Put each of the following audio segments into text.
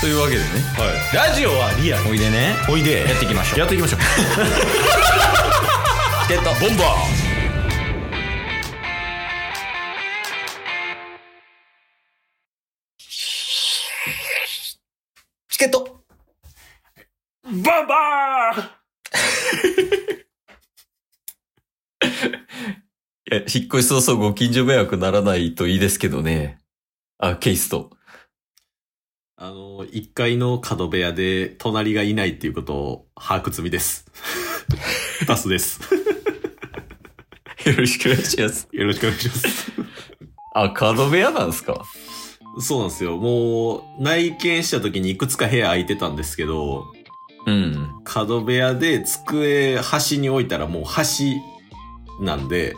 というわけでねラジオはリアルおいでねおいでやっていきましょうやってい きましょうチケットボンバーチケットバンバーいや、引っ越し早々ご近所迷惑ならないといいですけどね。あ、ケイスト。あの、1階の角部屋で隣がいないっていうことを把握済み です。タスです。よろしくお願いします。よろしくお願いします。あ、角部屋なんですかそうなんですよ。もう、内見した時にいくつか部屋空いてたんですけど、うん。角部屋で机端に置いたらもう端なんで、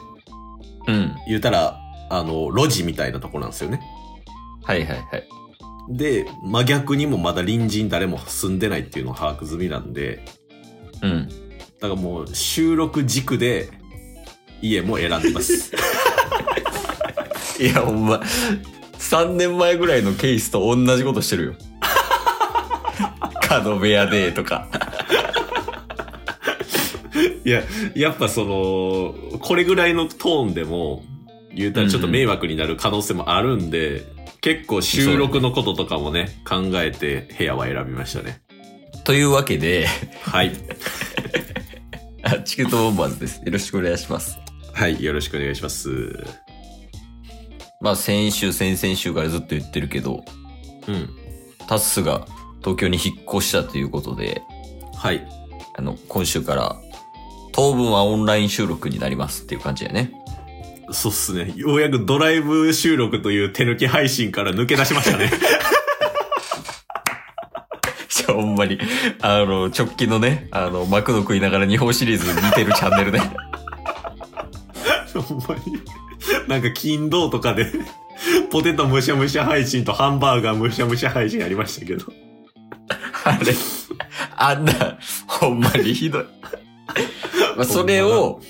うん。言うたら、あの、路地みたいなところなんですよね。はいはいはい。で、真逆にもまだ隣人誰も住んでないっていうのを把握済みなんで、うん。だからもう収録軸で家も選んでます。いや、お前、3年前ぐらいのケイスと同じことして るよ。角部屋でとか。いや、やっぱその、これぐらいのトーンでも、言うたらちょっと迷惑になる可能性もあるんで、結構収録のこととかもね、考えて部屋は選びましたね。というわけで、はい。あチケットボンバーズです。よろしくお願いします。はい、よろしくお願いします。うまあ、先週、先々週からずっと言ってるけど、ん。タッスが東京に引っ越したということで、はい。あの、今週から、当分はオンライン収録になりますっていう感じだよね。 そうっすね。ようやくドライブ収録という手抜き配信から抜け出しましたね。じゃあ、ほんまに、あの、直近のね、あの、幕の食いながら日本シリーズ見てるチャンネル ね。 ほんまに。なんか金土とかで、ポテトむしゃむしゃ配信とハンバーガーむしゃむしゃ配信ありましたけど。あれ、あんな、ほんまにひどい。 まあ、それを、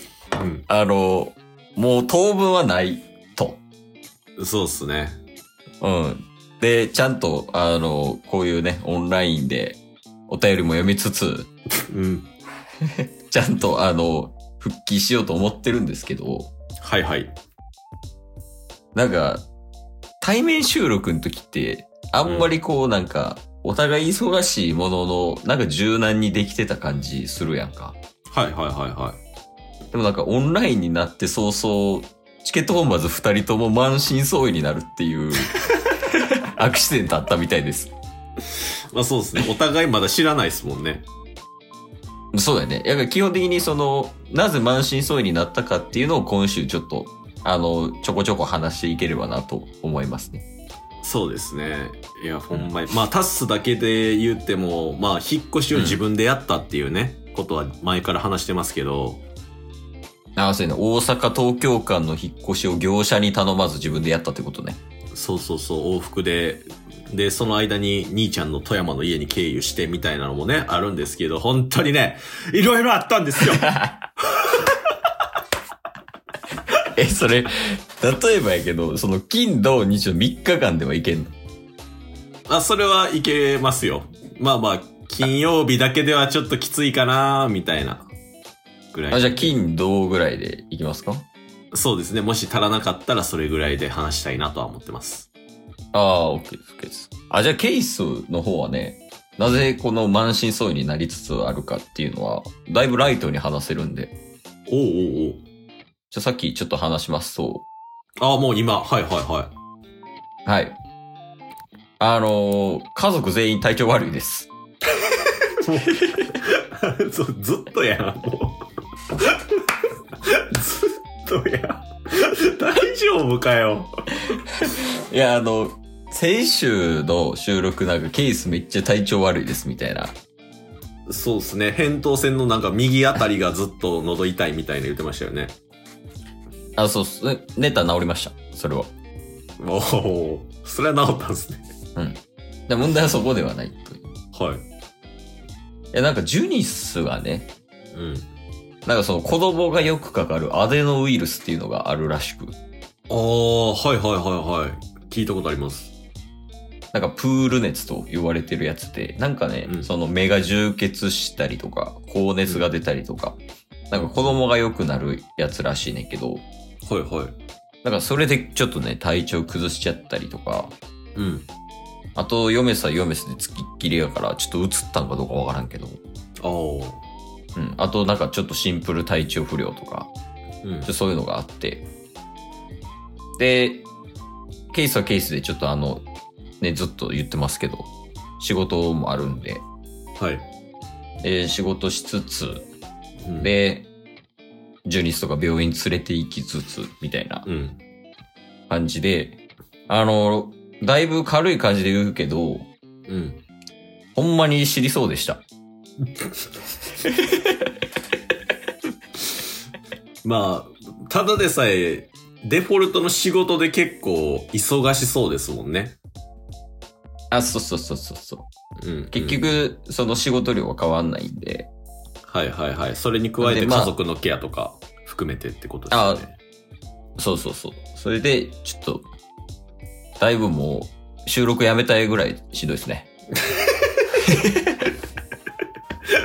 うん。あの、もう当分はないと。そうっすね。うん。で、ちゃんと、あの、こういうね、オンラインでお便りも読みつつ、うん。ちゃんと、あの、復帰しようと思ってるんですけど、はいはい。なんか、対面収録の時って、あんまりこう、なんか、お互い忙しいものの、なんか柔軟にできてた感じするやんか。はいはいはいはでもなんかオンラインになって早々、チケットボンバーズ二人とも満身創痍になるっていう、アクシデントあったみたいです。い。まあそうですね。お互いまだ知らないですもんね。そうだよね。やっぱ基本的にその、なぜ満身創痍になったかっていうのを今週ちょっと、あの、ちょこちょこ話していければなと思いますね。そうですね。いや、ほんまに。まあタスだけで言っても、まあ引っ越しを自分でやったっていうね、ことは前から話してますけど、ああ、そうやね。大阪東京間の引っ越しを業者に頼まず自分でやったってことね。そうそうそう、往復で、で、その間に兄ちゃんの富山の家に経由してみたいなのもね、あるんですけど、本当にね、いろいろあったんです よ。え、それ、例えばやけど、その金、土、日の3日間ではいけんのあ、それはいけますよ。まあまあ、金曜日だけではちょっときついかな、みたいな。ぐらい。あ、じゃあ金、土ぐらいでいきますかそうですね。もし足らなかったらそれぐらいで話したいなとは思ってます。ああ、OK です、OK です。あ、じゃあケースの方はね、なぜこの満身創痍になりつつあるかっていうのは、だいぶライトに話せるんで、おうおうじゃあさっきちょっと話しますと、おう。あ、もう今。はいはいははい。あのー家族全員体調悪いです。 い。ずずっと やん、もう。ずっとやん。大丈夫かよ。いや、あの、先週の収録なんかケースめっちゃ体調悪いですみたいな。そうですね。扁桃腺のなんか右あたりがずっと喉痛いみたいな言ってましたよね。あ、そうっす、ねネタ治りました。それは。おお。それは治ったんですね。で問題はそこではないという。いはい。や、なんかジュニスがね、うん。なんかその子供がよくかかるアデノウイルスっていうのがあるらしく。ああ、はいはいはいはい。聞いたことあります。なんかプール熱と言われてるやつで、なんかね、うんその目が充血したりとか、高熱が出たりとか、なんか子供が良くなるやつらしいねんけど、はいはい。なんかそれでちょっとね、体調崩しちゃったりとか、うん。あと、ヨメスはヨメスでつきっきりやから、ちょっと映ったんかどうかわからんけど、ああ。うん。あと、なんかちょっとシンプル体調不良とか、うんちょっとそういうのがあって。で、ケースはケースでちょっとあの、ね、ずっと言ってますけど、仕事もあるんで、はい。で仕事しつつ、うん、で、ジュニスとか病院連れて行きつつ、みたいなうん。感じで、あの、だいぶ軽い感じで言うけど、うん。ほんまに知りそうでした。まあ、ただでさえ、デフォルトの仕事で結構忙しそうですもんね。あ、そうそうそうそうそう。うん。結うん、局、その仕事量は変わんないんで、はいはいはい。それに加えでてまあ家族のケアとか含めてってことですよね。そうそうそう。それで、ちょっと、だいぶもう、収録やめたいぐらいしんどいですね。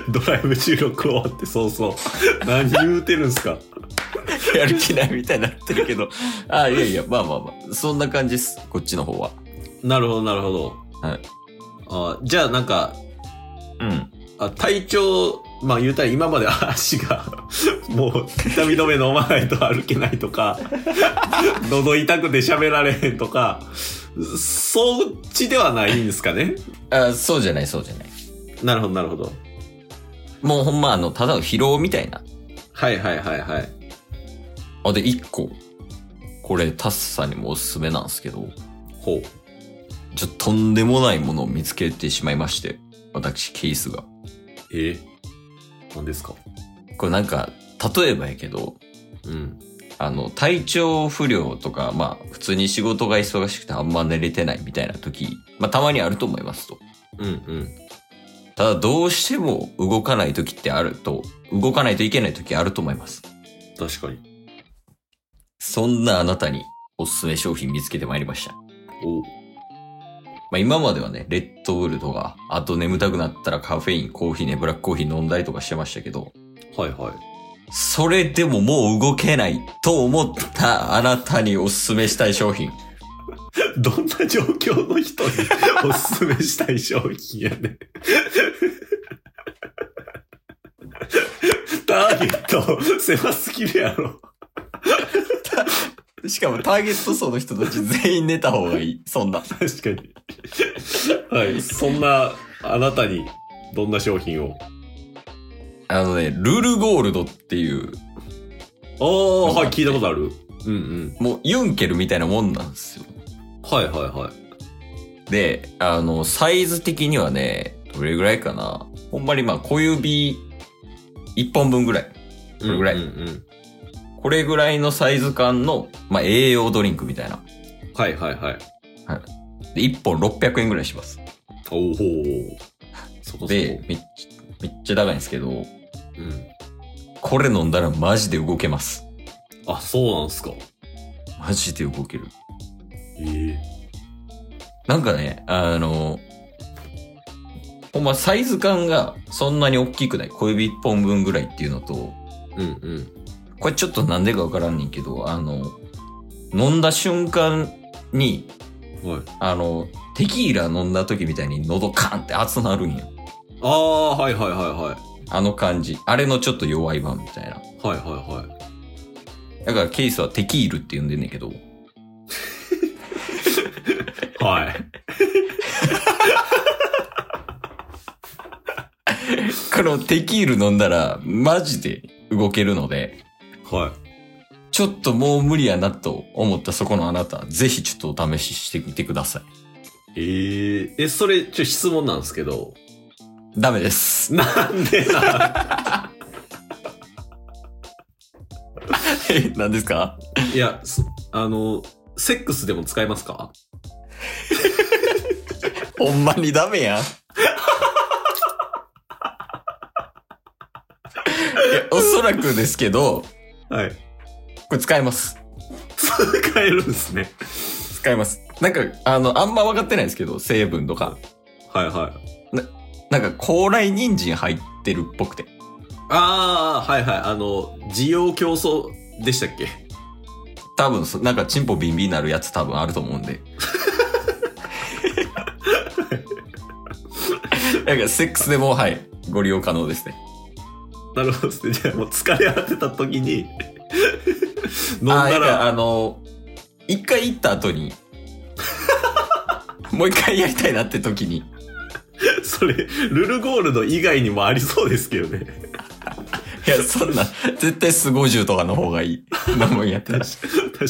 ドライブ収録終わってそうそう。 何言うてるんすか。 やる気ないみたいになってるけど。 あ、いやいや、まあまあまあ。そんな感じです。こっちの方は。なるほどなるほど。はいあじゃあなんか、うん。あ体調、まあ言うたら今まで 足が、もう痛み止め飲まないと歩けないとか、 喉痛くて喋られへんとか、そっちではないんですかねあ、そうじゃない、そうじゃない。なるほど、なるほど。もうほんま、あの、ただの疲労みたいな。はいはいはいはい。あ、で、一個。これ、タスさんにもおすすめなんですけど、ほう。ちょっととんでもないものを見つけてしまいまして、私、ケースが。え何ですかこれなんか、例えばやけど、うん。あの、体調不良とか、まあ、普通に仕事が忙しくてあんま寝れてないみたいな時、まあ、たまにあると思いますと。うんうん。ただ、どうしても動かない時ってあると、動かないといけない時あると思います。確かに。そんなあなたにおすすめ商品見つけてまいりました。おうまあ、今まではね、レッドブルとか、あと眠たくなったらカフェイン、コーヒーね、ブラックコーヒー飲んだりとかしてましたけど、はいはい。それでももう動けないと思ったあなたにおすすめしたい商品。どんな状況の人におすすめしたい商品やね。ターゲット狭すぎるやろ。しかもターゲット層の人たち全員寝た方が いい。そんな。確かに。はい。そんなあなたにどんな商品を。あのね、ルルゴールドっていう、ああ、はい、聞いたことある。うんうん。もうユンケルみたいなもんなんですよ。はいはいはい。で、あの、サイズ的にはね、どれぐらいかな。ほんまにまあ小指1本分ぐらい。これぐらいうんうんこれぐらいのサイズ感の、まあ栄養ドリンクみたいな。うん。はいはいはい。で、1本600円ぐらいします。おお。そこそこ。で、めっちゃ、めっちゃ高いんですけど、うん。これ飲んだらマジで動けます。あ、そうなんすか。マジで動ける。ええなんかね、あの、ほんまサイズ感がそんなに大きくない。小指1本分ぐらいっていうのと、うんうん。これちょっとなんでかわからんねんけど、あの、飲んだ瞬間に、はい。あの、テキーラ飲んだ時みたいに喉カンって熱なるんや。ああ、はいはいはいはい。あの感じ。あれのちょっと弱い版みたいな。はいはいはい。だからケースはテキールって呼んでんねんけど、はい。このテキール飲んだらマジで動けるので、はちょっともう無理やなと思ったそこのあなた、ぜひちょっとお試ししてみてください。い。えええ、それ、ちょ、質問なんですけど。ダメです。 なんでな。何ですかいや、そあの、セックスでも使えますかほんまにダメやん。いや、 おそらくですけど、はい。これ使えます。使えるんですね。使います。なんか、あの、あんま分かってないんですけど、成分とか。はいはい。なんか、高麗人参入ってるっぽくて。ああ、はいはい。あの、需要競争でしたっけ多分そ、なんか、チンポビンビンなるやつ多分あると思うん で。なんか、セックスでも、はい、ご利用可能ですね。なるほどですね。じゃあもう疲れ果てた時に、飲んあだいやら、あの、一回行った後に、 もう一回やりたいなって時に、それ、ルルゴールド以外にもありそうですけどね。いや、そんな、絶対スゴジュとかの方がいい。なもんやってたし。確かに。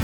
す